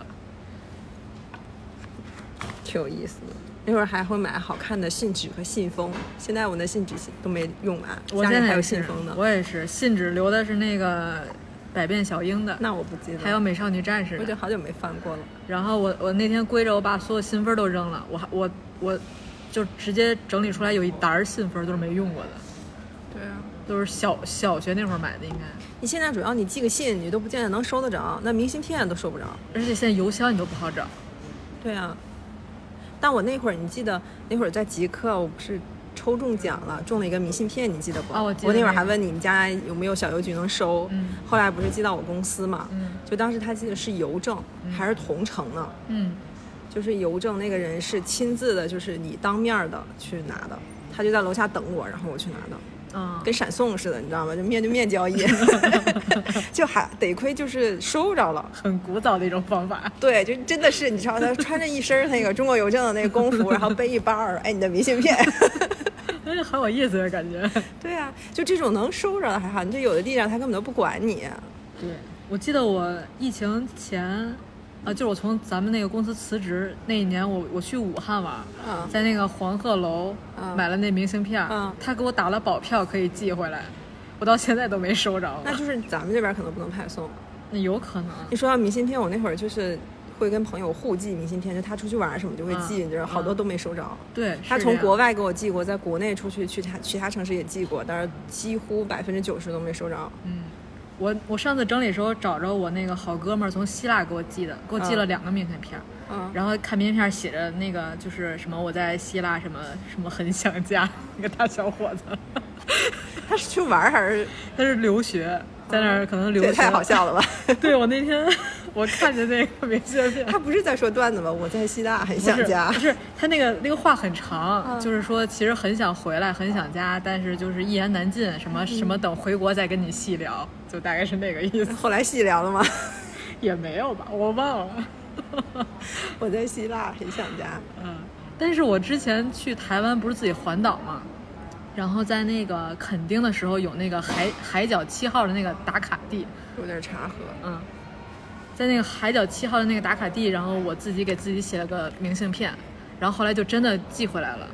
[SPEAKER 2] 挺有意思的。那会儿还会买好看的信纸和信封，现在我那信纸都没用完，
[SPEAKER 1] 我
[SPEAKER 2] 家里
[SPEAKER 1] 现在
[SPEAKER 2] 还有
[SPEAKER 1] 也是
[SPEAKER 2] 信封呢。
[SPEAKER 1] 我也是信纸留的是那个百变小樱的，
[SPEAKER 2] 那我不记得了。
[SPEAKER 1] 还有美少女战士
[SPEAKER 2] 我已
[SPEAKER 1] 的。
[SPEAKER 2] 经好久没翻过了。
[SPEAKER 1] 然后我我那天归着我把所有信封都扔了，我还我我就直接整理出来有一沓儿信封都是没用过的，
[SPEAKER 2] 对啊，
[SPEAKER 1] 都是小小学那会儿买的应该。
[SPEAKER 2] 你现在主要你寄个信，你都不见得能收得着，那明信片都收不着。
[SPEAKER 1] 而且现在邮箱你都不好找，
[SPEAKER 2] 对啊，但我那会儿你记得那会儿在极客，我不是抽中奖了，中了一个明信片，你记得不？
[SPEAKER 1] 哦我记得
[SPEAKER 2] 那会儿
[SPEAKER 1] 那个
[SPEAKER 2] 还问你们家有没有小邮局能收，
[SPEAKER 1] 嗯
[SPEAKER 2] 后来不是寄到我公司嘛，
[SPEAKER 1] 嗯
[SPEAKER 2] 就当时他寄的是邮政、还是同城呢，
[SPEAKER 1] 嗯，
[SPEAKER 2] 就是邮政那个人是亲自的，就是你当面儿的去拿的，他就在楼下等我，然后我去拿的。
[SPEAKER 1] 啊、
[SPEAKER 2] 跟闪送似的，你知道吗？就面对面
[SPEAKER 1] (laughs)
[SPEAKER 2] 交易，就还得亏就是收着了。
[SPEAKER 1] 很古早的一种方法。
[SPEAKER 2] 对，就真的是你知道，他穿着一身那个中国邮政的那个工服，然后背一包儿，哎，你的明信片。 (laughs)
[SPEAKER 1] 哎， (laughs) 很有意思的感觉。
[SPEAKER 2] 对啊，就这种能收着的还好，你这有的地上他根本都不管你。
[SPEAKER 1] 对，我记得我疫情前，啊、就是我从咱们那个公司辞职那一年我，我去武汉玩，
[SPEAKER 2] 嗯
[SPEAKER 1] 在那个黄鹤楼、
[SPEAKER 2] 嗯
[SPEAKER 1] 买了那明信片儿，
[SPEAKER 2] 嗯
[SPEAKER 1] 他给我打了保票，可以寄回来。我到现在都没收着
[SPEAKER 2] 那
[SPEAKER 1] 过。
[SPEAKER 2] 就是咱们这边可能不能派送。
[SPEAKER 1] 那有可能，
[SPEAKER 2] 你说到明信片，我那会儿就是会跟朋友互寄明信片，就他出去玩儿什么就会寄，
[SPEAKER 1] 嗯
[SPEAKER 2] 你知道，好多都没收着。
[SPEAKER 1] 对，
[SPEAKER 2] 他
[SPEAKER 1] 是
[SPEAKER 2] 从
[SPEAKER 1] 这样
[SPEAKER 2] 国外给我寄过，在国内出去去他其他城市也寄过，但是几乎百分之九十都没收着。
[SPEAKER 1] 我我上次整理的时候找着我那个好哥们儿从希腊给我寄的，给我寄了两个明信片儿，
[SPEAKER 2] 嗯，
[SPEAKER 1] 然后看明信片儿写着那个就是什么我在希腊什么什么很想家，一个大小伙子，
[SPEAKER 2] 他是去玩儿还是？
[SPEAKER 1] 他是留学，在那儿可能
[SPEAKER 2] 这
[SPEAKER 1] 留
[SPEAKER 2] 也
[SPEAKER 1] 学。
[SPEAKER 2] 太好笑 (laughs) 了吧！
[SPEAKER 1] (laughs) 对我那天 (laughs) 我看见那个明信片，
[SPEAKER 2] 他不是在说段子吧？我在希腊很
[SPEAKER 1] 不
[SPEAKER 2] 想
[SPEAKER 1] 是
[SPEAKER 2] 家嗯
[SPEAKER 1] 不。是他那个那个话很长，就是说其实很想回来，很想家，但是就是一言难尽，什
[SPEAKER 2] 嗯
[SPEAKER 1] 么什么等回国再跟你细聊，就大概是那个意思，
[SPEAKER 2] 后来细聊了吗？ (laughs)
[SPEAKER 1] 也没有吧，我忘了。
[SPEAKER 2] 我在希腊很想家。
[SPEAKER 1] 嗯，但是我之前去台湾不是自己环岛嘛，然后在那个垦丁的时候有那个海海角七号的那个打卡地，
[SPEAKER 2] 有点茶喝。
[SPEAKER 1] 嗯，在那个海角七号的那个打卡地，然后我自己给自己写了个明信片，然后后来就真的寄回来了，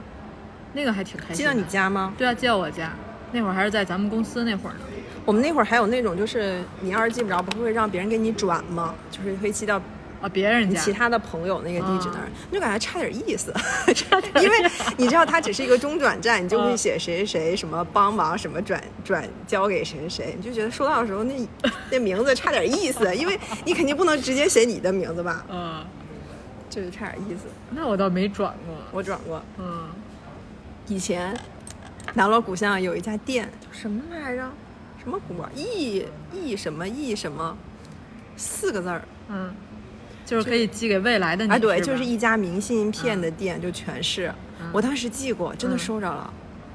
[SPEAKER 1] 那个还挺开心的。
[SPEAKER 2] 寄到你？家吗？
[SPEAKER 1] 对啊，寄到我家。那会儿还是在咱们公司那会儿呢。
[SPEAKER 2] 我们那会儿还有那种，就是你要是寄不着，不会让别人给你转吗？就是会寄到
[SPEAKER 1] 啊，别人
[SPEAKER 2] 你
[SPEAKER 1] 家
[SPEAKER 2] 其他的朋友那个地址那儿，你就感觉差点意思，因为你知道它只是一个中转站，你就会写谁谁谁什么帮忙什么转转交给谁谁，你就觉得收到的时候那那名字差点意思，因为你肯定不能直接写你的名字吧，
[SPEAKER 1] 嗯，
[SPEAKER 2] 就是差点意思。
[SPEAKER 1] 那我倒没转过。
[SPEAKER 2] 我转过，
[SPEAKER 1] 嗯，
[SPEAKER 2] 以前南锣鼓巷有一家店，叫什么来着？什么鼓啊？易易什么易什么？四个字儿，
[SPEAKER 1] 嗯，就是可以寄给未来的你。
[SPEAKER 2] 啊，对，
[SPEAKER 1] 吧
[SPEAKER 2] 就是嗯一家明信片的店，就全是。我当时寄过，真的收着了，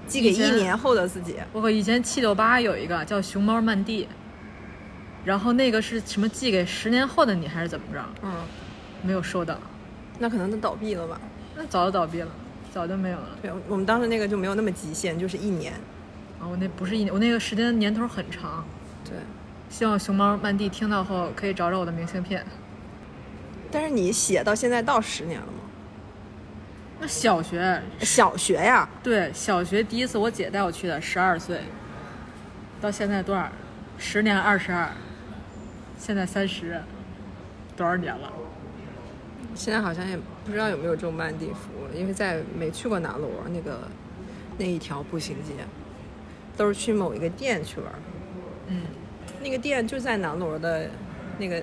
[SPEAKER 2] 寄给
[SPEAKER 1] 以
[SPEAKER 2] 一
[SPEAKER 1] 前
[SPEAKER 2] 年后的自己。
[SPEAKER 1] 我以前七六八有一个叫熊猫曼蒂，然后那个是什么寄给十年后的你还是怎么着？
[SPEAKER 2] 嗯，
[SPEAKER 1] 没有收到，
[SPEAKER 2] 那可能都倒闭了吧？
[SPEAKER 1] 那早就倒闭了，早就没有了。
[SPEAKER 2] 对，我们当时那个就没有那么极限，就是一年。
[SPEAKER 1] 啊，我那不是一年，我那个时间年头很长。
[SPEAKER 2] 对，
[SPEAKER 1] 希望熊猫曼蒂听到后可以找找我的明信片。
[SPEAKER 2] 但是你写到现在到十年了吗？
[SPEAKER 1] 那小学，
[SPEAKER 2] 小学呀，
[SPEAKER 1] 对，小学第一次我姐带我去的，十二岁，到现在多少？十年二十二，现在三十，多少年了？
[SPEAKER 2] 现在好像也不知道有没有这种曼地服务了，因为在没去过南锣那个那一条步行街，都是去某一个店去玩。
[SPEAKER 1] 嗯，
[SPEAKER 2] 那个店就在南锣的那个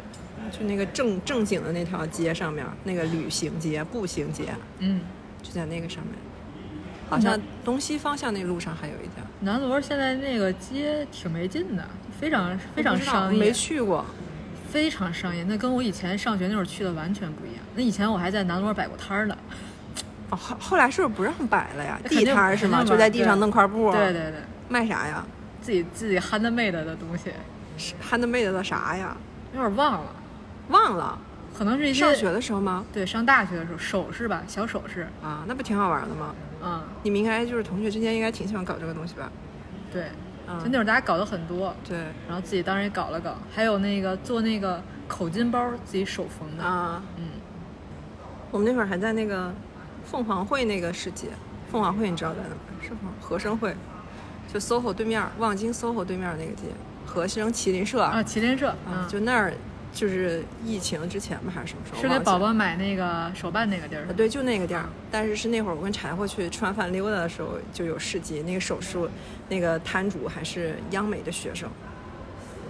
[SPEAKER 2] 就那个正正经的那条街上面，那个旅行街、步行街
[SPEAKER 1] 嗯。
[SPEAKER 2] 就在那个上面。好像东西方向那路上还有一家，
[SPEAKER 1] 南锣现在那个街挺没劲的，非常非常
[SPEAKER 2] 不知道
[SPEAKER 1] 商
[SPEAKER 2] 没
[SPEAKER 1] 业，
[SPEAKER 2] 去过。
[SPEAKER 1] 非常商业。那跟我以前上学那会儿去的完全不一样。那以前我还在南锣摆过摊儿呢。
[SPEAKER 2] 哦，后后来是不是不让摆了呀？
[SPEAKER 1] 肯定
[SPEAKER 2] 地摊儿是
[SPEAKER 1] 肯
[SPEAKER 2] 吗？
[SPEAKER 1] 定
[SPEAKER 2] 就
[SPEAKER 1] 吧
[SPEAKER 2] 在地上
[SPEAKER 1] 对
[SPEAKER 2] 弄块布，
[SPEAKER 1] 对，对对，
[SPEAKER 2] 卖啥呀
[SPEAKER 1] 自己自己 handmade 的东西，
[SPEAKER 2] ？handmade 的啥呀？
[SPEAKER 1] 有点忘了，
[SPEAKER 2] 忘了，
[SPEAKER 1] 可能是一些
[SPEAKER 2] 上学的时候吗？
[SPEAKER 1] 对上大学的时候首饰吧，小首饰，
[SPEAKER 2] 啊，那不挺好玩的吗？
[SPEAKER 1] 嗯，
[SPEAKER 2] 你们应该就是同学之间应该挺喜欢搞这个东西吧？
[SPEAKER 1] 对，
[SPEAKER 2] 啊
[SPEAKER 1] 就那会儿大家搞的很多，
[SPEAKER 2] 对
[SPEAKER 1] 然后自己当时也搞了搞，还有那个做那个口巾包，自己手缝的，
[SPEAKER 2] 啊，
[SPEAKER 1] 嗯，
[SPEAKER 2] 我们那会儿还在那个凤凰汇那个世界，凤凰汇你知道在哪儿吗？是吗？和生汇，就 SOHO 对面儿，望京 SOHO 对面儿那个街，和生麒麟社
[SPEAKER 1] 啊，麒麟社，
[SPEAKER 2] 啊
[SPEAKER 1] 嗯，
[SPEAKER 2] 就那儿就是疫情之前吧，还是什么时候？
[SPEAKER 1] 是给
[SPEAKER 2] 忘记
[SPEAKER 1] 宝
[SPEAKER 2] 了
[SPEAKER 1] 宝买那个手办那个地儿
[SPEAKER 2] 啊，，对，就那个地儿。但是是那会儿我跟柴火去吃完饭溜达的时候，就有市集，那个手术那个摊主还是央美的学生，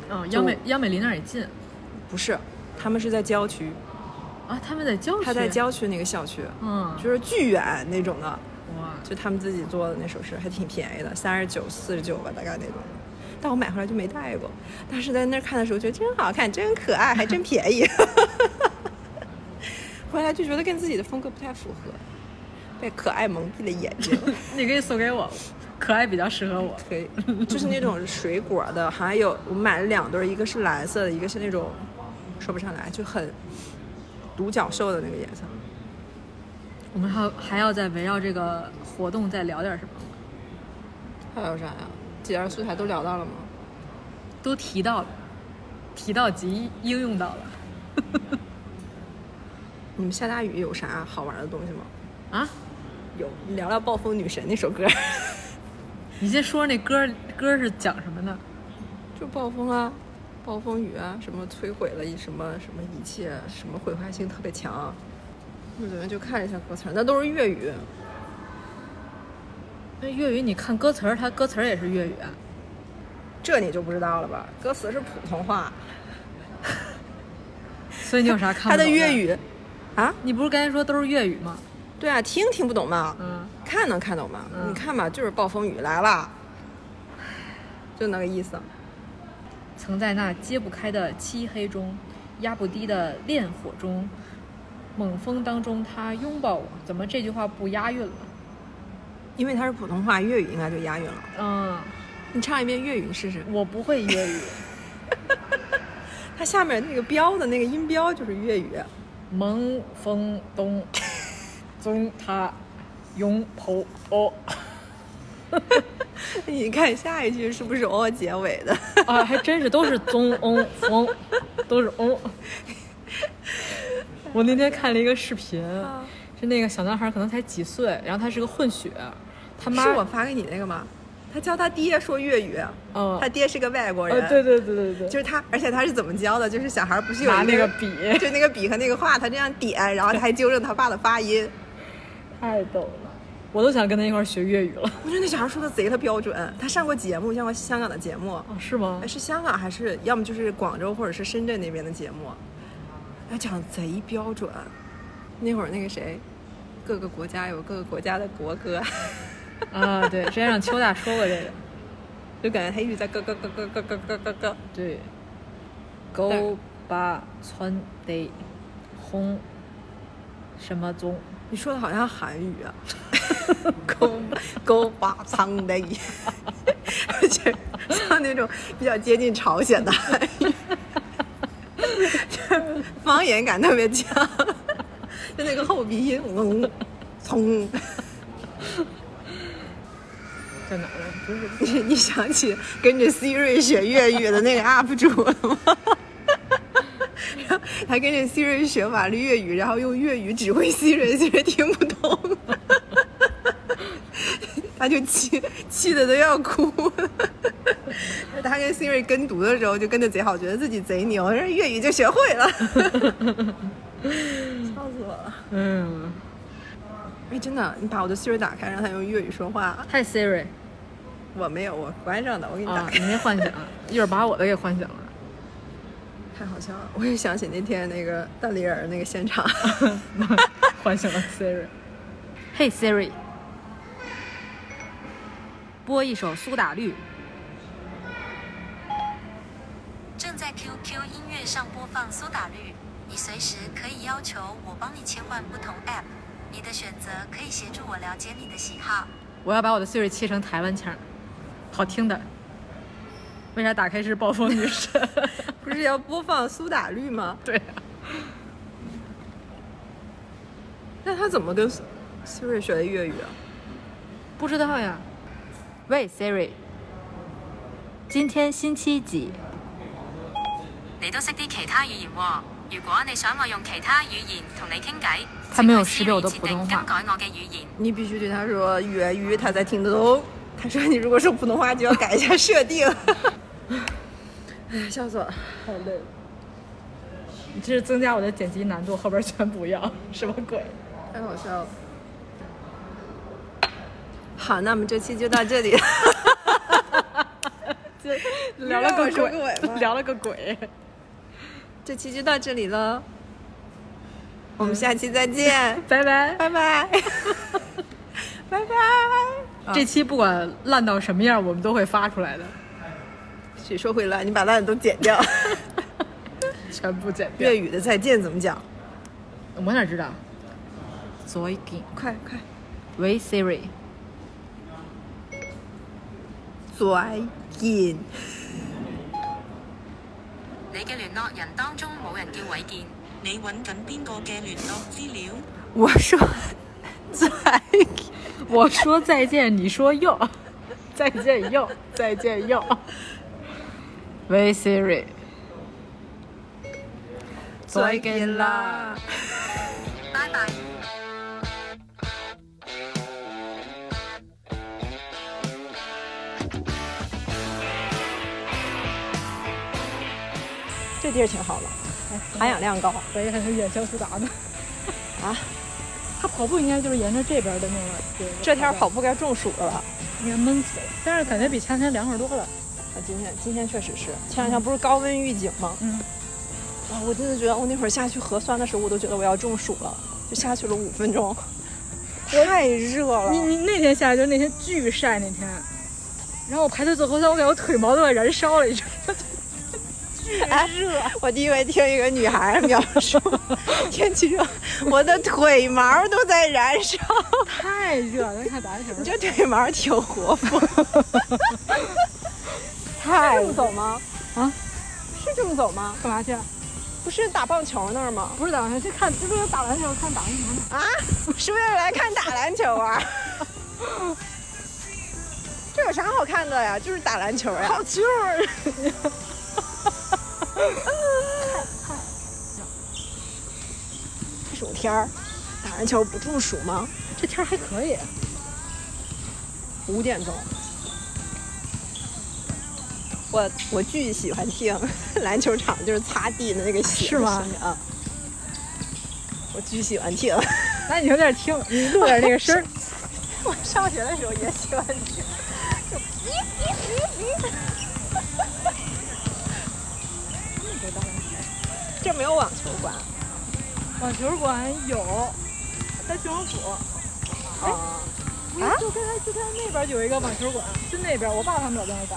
[SPEAKER 1] 嗯，
[SPEAKER 2] 就
[SPEAKER 1] 央美央美离那儿也近，
[SPEAKER 2] 不是，他们是在郊区，
[SPEAKER 1] 啊，他们在郊区，
[SPEAKER 2] 他在，郊区那个校区，
[SPEAKER 1] 嗯，
[SPEAKER 2] 就是巨远那种的，
[SPEAKER 1] 哇，
[SPEAKER 2] 就他们自己做的那首饰还挺便宜的，三十九、四十九吧，大概那种。但我买回来就没戴过，但是在那儿看的时候觉得真好看，真可爱，还真便宜。 (laughs) 回来就觉得跟自己的风格不太符合，被可爱蒙蔽了眼
[SPEAKER 1] (laughs)
[SPEAKER 2] 睛。
[SPEAKER 1] 你可以送给我，可爱比较适合我，
[SPEAKER 2] 可以，就是那种水果的，好像有我买了两对儿，一个是蓝色的，一个是那种说不上来，就很独角兽的那个颜色。
[SPEAKER 1] 我们还要还要再围绕这个活动再聊点什么吗？
[SPEAKER 2] 还有啥呀？几样素材都聊到了吗？
[SPEAKER 1] 都提到，提到及应用到了
[SPEAKER 2] 你们下大雨有啥好玩的东西吗？
[SPEAKER 1] 啊！
[SPEAKER 2] 有， (laughs) 你聊聊《暴风女神》那首歌。
[SPEAKER 1] 你先说说那歌歌是讲什么的？
[SPEAKER 2] 就暴风啊、暴风雨啊，什么摧毁了一什么什么一切，啊什么毁坏性特别强。我昨天就看了一下歌词儿，那都是粤语。
[SPEAKER 1] 那粤语你看歌词儿，它歌词儿也是粤语啊。
[SPEAKER 2] 这你就不知道了吧？歌词是普通话，
[SPEAKER 1] 所以你有啥看不 (laughs)
[SPEAKER 2] 他的
[SPEAKER 1] 懂
[SPEAKER 2] 粤，语啊，
[SPEAKER 1] 你不是刚才说都是粤语吗？
[SPEAKER 2] 对啊，听听不懂嘛，
[SPEAKER 1] 嗯，
[SPEAKER 2] 看能看懂吗？
[SPEAKER 1] 嗯
[SPEAKER 2] 你看吧，就是暴风雨来了， (sighs) 就那个意思。
[SPEAKER 1] 曾在那揭不开的漆黑中，压不低的烈火中，猛风当中，他拥抱我。怎么这句话不押韵了？
[SPEAKER 2] 因为它是普通话，粤语应该就押韵了。
[SPEAKER 1] 嗯，
[SPEAKER 2] 你唱一遍粤语你试试。
[SPEAKER 1] 我不会粤 (laughs) 语。
[SPEAKER 2] 它下面那个标的那个音标就是粤语， (laughs)
[SPEAKER 1] 猛风 (laughs) 东，中他哦拥抱我。
[SPEAKER 2] 你看下一句是不是哦结尾的？
[SPEAKER 1] (laughs) 啊，还真是都是棕嗡风，都是 (laughs) 嗡。我那天看了一个视频，是那个小男孩可能才几岁，然后他是个混血，他妈
[SPEAKER 2] 是我发给你那个吗？他教他爹说粤语，
[SPEAKER 1] 嗯
[SPEAKER 2] 他爹是个外国人。
[SPEAKER 1] 呃对对对对对，
[SPEAKER 2] 就是他，而且他是怎么教的？就是小孩不是有
[SPEAKER 1] 拿
[SPEAKER 2] 一
[SPEAKER 1] 那个笔，
[SPEAKER 2] 就那个笔和那个画，他这样点，然后他还纠正他爸的发音。
[SPEAKER 1] 太逗了，我都想跟他一块儿学粤语了。
[SPEAKER 2] 我觉得那小孩说的贼他标准，他上过节目，上过香港的节目，
[SPEAKER 1] 哦，是吗
[SPEAKER 2] 哎，？是香港还是要么就是广州或者是深圳那边的节目，哎，讲得贼标准。那会儿那个谁，各个国家有各个国家的国歌，
[SPEAKER 1] 啊，对，之前让邱大说过这个，
[SPEAKER 2] 就感觉他一直在咯咯咯咯咯咯咯咯咯。
[SPEAKER 1] 对，勾巴川得红什么宗，
[SPEAKER 2] 你说的好像韩语啊，勾勾巴苍的语，而且像那种比较接近朝鲜的韩语， (laughs) 就是方言感特别强，就那个后鼻音，嗡，从。
[SPEAKER 1] 在哪儿呢？不是，
[SPEAKER 2] (laughs) 你你想起跟着 Siri 学粤语的那个 UP 主了吗？ (laughs) 然后他跟着 Siri 学完了粤语，然后用粤语指挥 Siri，Siri 听不懂， (laughs) 他就气气的都要哭 (laughs) 了。他跟 Siri 跟读的时候就跟的贼好，觉得自己贼牛，人粤语就学会了，笑死我了！
[SPEAKER 1] 嗯，
[SPEAKER 2] 哎，真的，你把我的 Siri 打开，让他用粤语说话，
[SPEAKER 1] 嗨 Siri。
[SPEAKER 2] 我没有，我关上的，我给你打
[SPEAKER 1] (laughs) 啊，
[SPEAKER 2] 开。
[SPEAKER 1] 你没幻想，一会儿把我的给幻想了。
[SPEAKER 2] 太好笑了！我也想起那天那个大理人那个现
[SPEAKER 1] (laughs)
[SPEAKER 2] 场，
[SPEAKER 1] (laughs) 唤醒了 Siri。嘿、Siri，播一首苏打绿。
[SPEAKER 5] 正在 QQ 音乐上播放苏打绿，你随时可以要求我帮你切换不同 App，你的选择可以协助我了解你的喜好。
[SPEAKER 1] 我要把我的 Siri 切成台湾腔儿，好听的。为啥打开是暴风女 (laughs) 神？
[SPEAKER 2] 不是要播放苏打绿吗？
[SPEAKER 1] 对啊、
[SPEAKER 2] 那他怎么跟 Siri 学的粤语啊？
[SPEAKER 1] 不知道呀。
[SPEAKER 5] 喂，Siri，今天星期几？你都識啲其他語言喎、如果你想我用其他語言同你傾偈，
[SPEAKER 1] 他沒有識別我的
[SPEAKER 5] 請
[SPEAKER 1] 普通話
[SPEAKER 5] 去 Siri 設定更改我嘅語言。
[SPEAKER 2] 你必须对他说粤语，他才听得懂。他说你如果说普通话，就要改一下设定。 (laughs) 哎，笑死我了！
[SPEAKER 1] 你这是增加我的剪辑难度，后边全不要， (laughs) 什么鬼？
[SPEAKER 2] 太好笑了。好，那我们这期就到这里。
[SPEAKER 1] 这聊了个
[SPEAKER 2] 你让我说个尾巴
[SPEAKER 1] 鬼， (laughs) 聊了个鬼。
[SPEAKER 2] 这期就到这里了，我们下期再见，
[SPEAKER 1] 拜拜。
[SPEAKER 2] 拜拜，拜拜。
[SPEAKER 1] 这期不管烂到什么样，我们都会发出来的，
[SPEAKER 2] 谁说回来？你把烂的都剪 (laughs) 掉。
[SPEAKER 1] 全部剪掉。
[SPEAKER 2] 粤语的再见怎么讲？
[SPEAKER 1] 我哪知道？所以见。
[SPEAKER 2] 快快，
[SPEAKER 1] 喂 Siri，
[SPEAKER 2] 再见。
[SPEAKER 5] 你嘅聯絡人當中冇人叫偉健。
[SPEAKER 6] 你揾緊邊個嘅聯絡資料？
[SPEAKER 2] 我说再见，
[SPEAKER 1] 我说再见，你说又， (laughs) 再见又，再见又。喂 Siri，
[SPEAKER 2] 再见啦。
[SPEAKER 5] 拜拜。
[SPEAKER 6] Hãy subscribe cho kênh Ghiền Mì Gõ Để không bỏ lỡ
[SPEAKER 2] 这地儿挺好的，含氧量高。
[SPEAKER 1] 我也感觉远销苏达呢。
[SPEAKER 2] 啊？
[SPEAKER 1] 他跑步应该就是沿着这边的那个。对
[SPEAKER 2] 这天儿跑步该中暑了吧？
[SPEAKER 1] 应该闷死了，但是感觉比前天凉快多了。
[SPEAKER 2] 啊，今天今天确实是，前两天不是高温预警吗？
[SPEAKER 1] 嗯。
[SPEAKER 2] 哇，我真的觉得我哦那会儿下去核酸的时候，我都觉得我要中暑了，就下去了五分钟，太热了。
[SPEAKER 1] 你你那天下来就是那天巨晒那天，然后我排队做核酸，我感觉我腿毛都要燃烧了，你知道吗？
[SPEAKER 2] 哎我第一回听一个女孩描述天气热，我的腿毛都在燃 (laughs) 烧，
[SPEAKER 1] 太热了，看打篮球
[SPEAKER 2] 你。这腿毛挺活 (laughs) 泼。太走吗？
[SPEAKER 1] 啊，
[SPEAKER 2] 是这么走吗？
[SPEAKER 1] 干嘛去？
[SPEAKER 2] 不是打棒球那儿吗？
[SPEAKER 1] 不是打篮球，去看这不是打篮球，看打篮球呢。
[SPEAKER 2] 啊，是为了来看打篮球啊？这有啥好看的呀？就是打篮球呀。好球！
[SPEAKER 1] 啊
[SPEAKER 2] 暑天儿打篮球不中暑吗？
[SPEAKER 1] 这天儿还可以，
[SPEAKER 2] 五点钟。我我巨喜欢听 (laughs) 篮球场就是擦地的那个鞋
[SPEAKER 1] 是吗
[SPEAKER 2] 的声音啊，我巨喜欢听。
[SPEAKER 1] 那你有点听，你录点那个声 (laughs) 儿。
[SPEAKER 2] (laughs) 我上学的时候也喜欢听，就咦咦咦 (laughs) 咦。这没有网球馆
[SPEAKER 1] 网球馆有，在九龙府，
[SPEAKER 2] 啊，
[SPEAKER 1] 不是哎就跟他就跟他那边有一个网球馆，就那边，我爸他们老在那打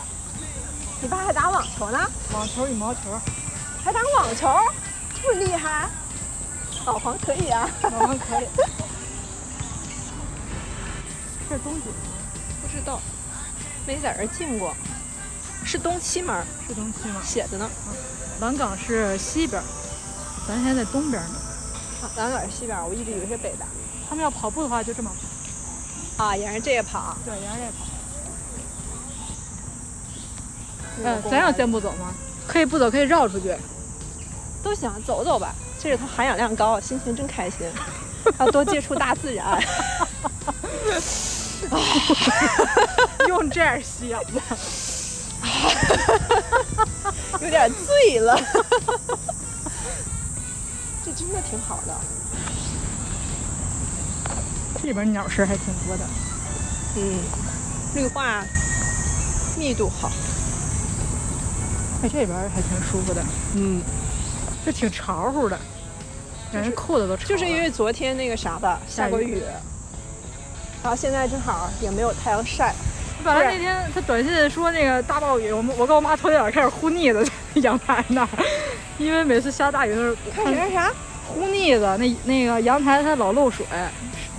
[SPEAKER 2] 你爸还打网球呢，
[SPEAKER 1] 网球、羽毛球。
[SPEAKER 2] 还打网球，这么厉害？老黄可以啊，
[SPEAKER 1] 老王可以。这 (laughs) 是东九，
[SPEAKER 2] 不知道，没在这儿进过，是东七门儿
[SPEAKER 1] 是东区吗？
[SPEAKER 2] 写的呢，
[SPEAKER 1] 蓝港是西边儿，咱现在在东边儿呢。
[SPEAKER 2] 南岗西边儿，我一直以为是北边
[SPEAKER 1] 他们要跑步的话，就这么跑。
[SPEAKER 2] 儿啊，沿着这个跑，
[SPEAKER 1] 对，沿着这跑。
[SPEAKER 2] 那
[SPEAKER 1] 嗯
[SPEAKER 2] 个，公
[SPEAKER 1] 咱要
[SPEAKER 2] 园
[SPEAKER 1] 先不走吗？可以不走，可以绕出去。
[SPEAKER 2] 都行，走走吧。这是它含氧量高，心情真开心，要多接触大自 (laughs) 然。
[SPEAKER 1] 用这样吸氧的，
[SPEAKER 2] (laughs) 有点醉了。 (laughs) 这真的挺好的，
[SPEAKER 1] 这边鸟声还挺多的。
[SPEAKER 2] 嗯，绿化密度好，
[SPEAKER 1] 哎，这边还挺舒服的，
[SPEAKER 2] 嗯，
[SPEAKER 1] 就挺潮乎的，感觉裤子都潮了。
[SPEAKER 2] 就是因为昨天那个啥吧，下过雨，然后现在正好也没有太阳晒，
[SPEAKER 1] 本
[SPEAKER 2] 不
[SPEAKER 1] 来
[SPEAKER 2] 是
[SPEAKER 1] 那天他短信说那个大暴雨，我们我跟我妈头天晚上开始呼腻子，在 (laughs) 阳台那儿，因为每次下大雨的时候，
[SPEAKER 2] 看谁是啥
[SPEAKER 1] 呼腻子，那那个阳台它老漏水，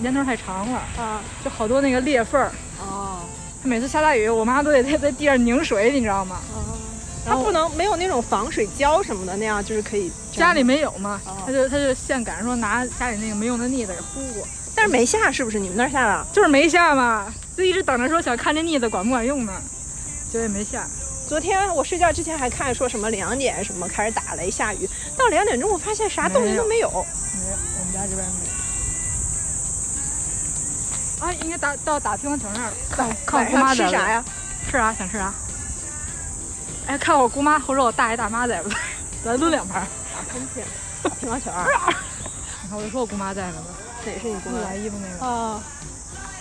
[SPEAKER 1] 年头太长了，
[SPEAKER 2] 啊？
[SPEAKER 1] 就好多那个裂缝儿。
[SPEAKER 2] 哦，
[SPEAKER 1] 每次下大雨，我妈都得在在地上拧水，你知道吗？
[SPEAKER 2] 哦它不能没有那种防水胶什么的，那样就是可以粘
[SPEAKER 1] 家里，没有嘛
[SPEAKER 2] 哦，
[SPEAKER 1] 她就她就现赶说拿家里那个没用的腻子给呼过，
[SPEAKER 2] 但是没下是不是？你们那儿下了？
[SPEAKER 1] 就是没下嘛，就一直等着说想看这腻子管不管用呢，结果也没下。
[SPEAKER 2] 昨天我睡觉之前还看说什么两点什么开始打雷下雨，到两点钟我发现啥动静都没有。
[SPEAKER 1] 没有，我们家这边没有。啊，应该打到打乒乓球那儿了。看我看
[SPEAKER 2] 晚
[SPEAKER 1] 我姑
[SPEAKER 2] 上
[SPEAKER 1] 妈
[SPEAKER 2] 吃
[SPEAKER 1] 在不
[SPEAKER 2] 啥
[SPEAKER 1] 在？
[SPEAKER 2] 呀？
[SPEAKER 1] 吃啥？想吃啥？哎，看我姑妈或者我大爷大妈在不在？ (laughs) 咱抡两盘。
[SPEAKER 2] 打乒乓球啊，
[SPEAKER 1] 你看，我就说我姑妈在呢吗？
[SPEAKER 2] 哪是你姑
[SPEAKER 1] 不 (laughs)
[SPEAKER 2] 妈
[SPEAKER 1] 来？衣服那个，
[SPEAKER 2] 啊，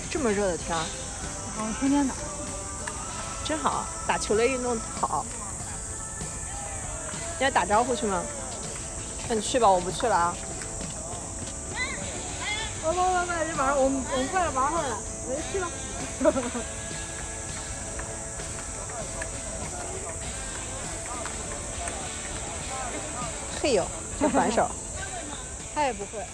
[SPEAKER 2] 这么热的天儿，
[SPEAKER 1] 好像哦天天打。
[SPEAKER 2] 真好，打球类运动好。你要打招呼去吗？那你去吧，我不去了啊。
[SPEAKER 1] 喂喂喂喂，这玩意儿，我们我们快点玩会儿了，我就去
[SPEAKER 2] (laughs)
[SPEAKER 1] 了。
[SPEAKER 2] 嘿呦，这反手。
[SPEAKER 1] 他也不会。